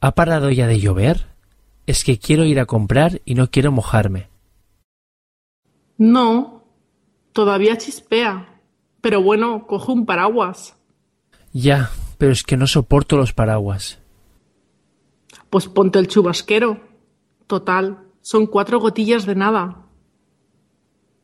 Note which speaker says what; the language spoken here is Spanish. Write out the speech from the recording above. Speaker 1: ¿Ha parado ya de llover? Es que quiero ir a comprar y no quiero mojarme.
Speaker 2: No, todavía chispea. Pero bueno, coge un paraguas.
Speaker 1: Ya, pero es que no soporto los paraguas.
Speaker 2: Pues ponte el chubasquero. Total, son cuatro gotillas de nada.